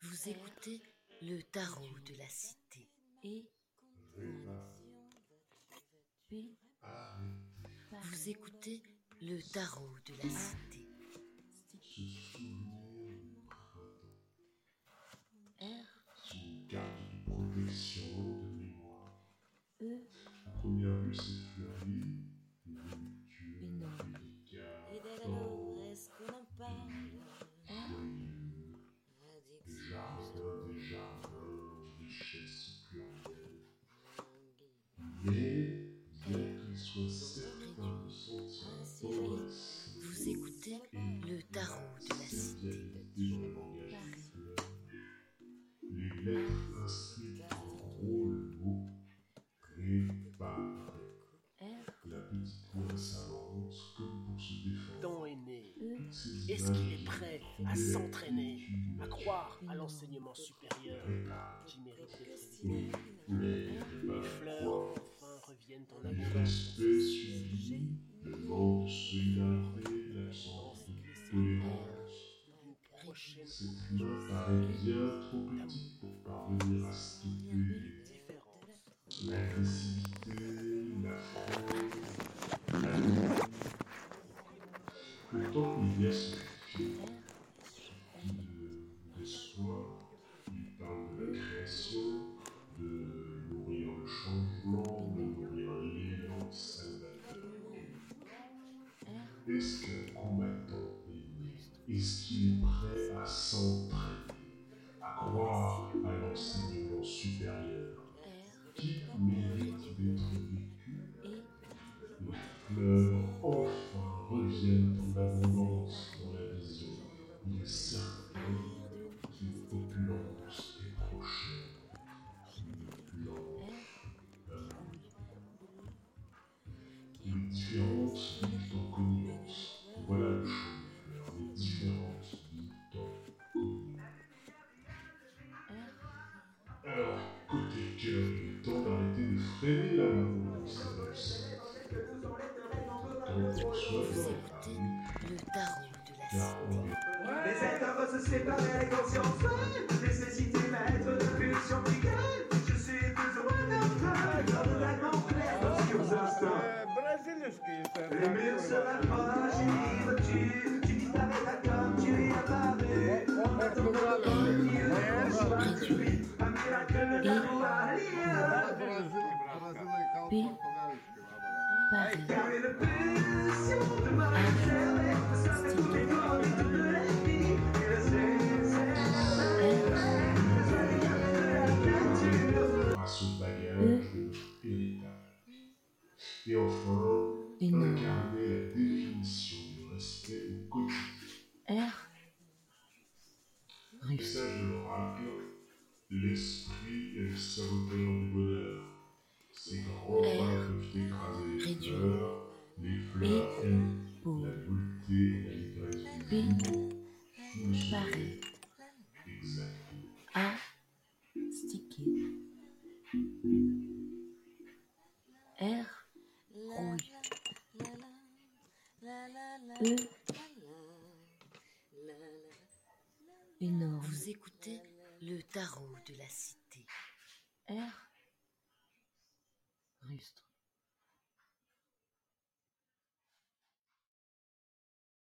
Vous écoutez le tarot de la cité. et puis Vous écoutez le tarot de la cité. R Carte de protection de mémoire. Première vue, c'est fleuri, voluptueux, Une. délicat, Et dès tendre, lors, est-ce qu'on en parle joyeux. Des Addiction, jardins, des jardins, des chaises succulentes. Mais, bien qu'il soit certain de sentir la poésie, Vous écoutez le tarot de la cité. Les lettres inscrites en gros le mot Réparer. R La petite voix s'avance comme pour se défendre. temps est né. Ces Est-ce qu'il images est prêt d'une à s'entraîner, multitude à croire à l'enseignement supérieur Réparer. qui mérite d'être évident Oui, mais Les la fleurs foi, enfin reviennent en abondance. l'irrespect suivi, le manque égaré, l'absence de tolérance. Une prochaine Cette main paraît bien trop petite pour parvenir à stopper différence. L'agressivité, la fraude, la nuit. Pourtant, il y a ce film de l'espoir, il parle de la création, de nourrir le changement, de nourrir l'élan salvateur. Est-ce qu'un combattant est né Est-ce qu'il est prêt à s'entraîner, à croire à l'enseignement supérieur qui mérite d'être vécu, et les fleurs enfin reviennent en abondance dans la vision. Il est certain qu'une opulence est prochaine. Une opulence. Les différences vivent en connivence. Voilà le chemin de fleurs. Les différences vivent en connivence. Alors, côté cœur, il est temps d'arrêter de freiner la main dans sa valse. Quand on soit Vous dans la écoutez nuit, le tarot de la cité. car on est Les êtres se séparent les consciences seules, nécessité maître de pulsion qui gueule. Je suis besoin d'un peu, globalement clair, obscurs instincts. Les murs se rapprochent, ils vivent, tu, tu disparais comme tu es apparu. On attend de voir le mieux, je suis parti vite, un miracle d'amour arrive. Paris Car une pulsion de ma cervelle, ça fait tous les corps et toute la vie. Et le succès. à ce bagage de héritage. Et enfin, une incarner la définition du respect au quotidien. R Le sage de l'oracle, l'esprit est le saboteur du bonheur. Ces grands oracles qui écrasaient les Réduit. fleurs, les fleurs aiment pour la beauté et la littérature P du monde. Nous sommes Paris exact. A sticky R rouille E énorme Vous écoutez le tarot de la cité. R rustre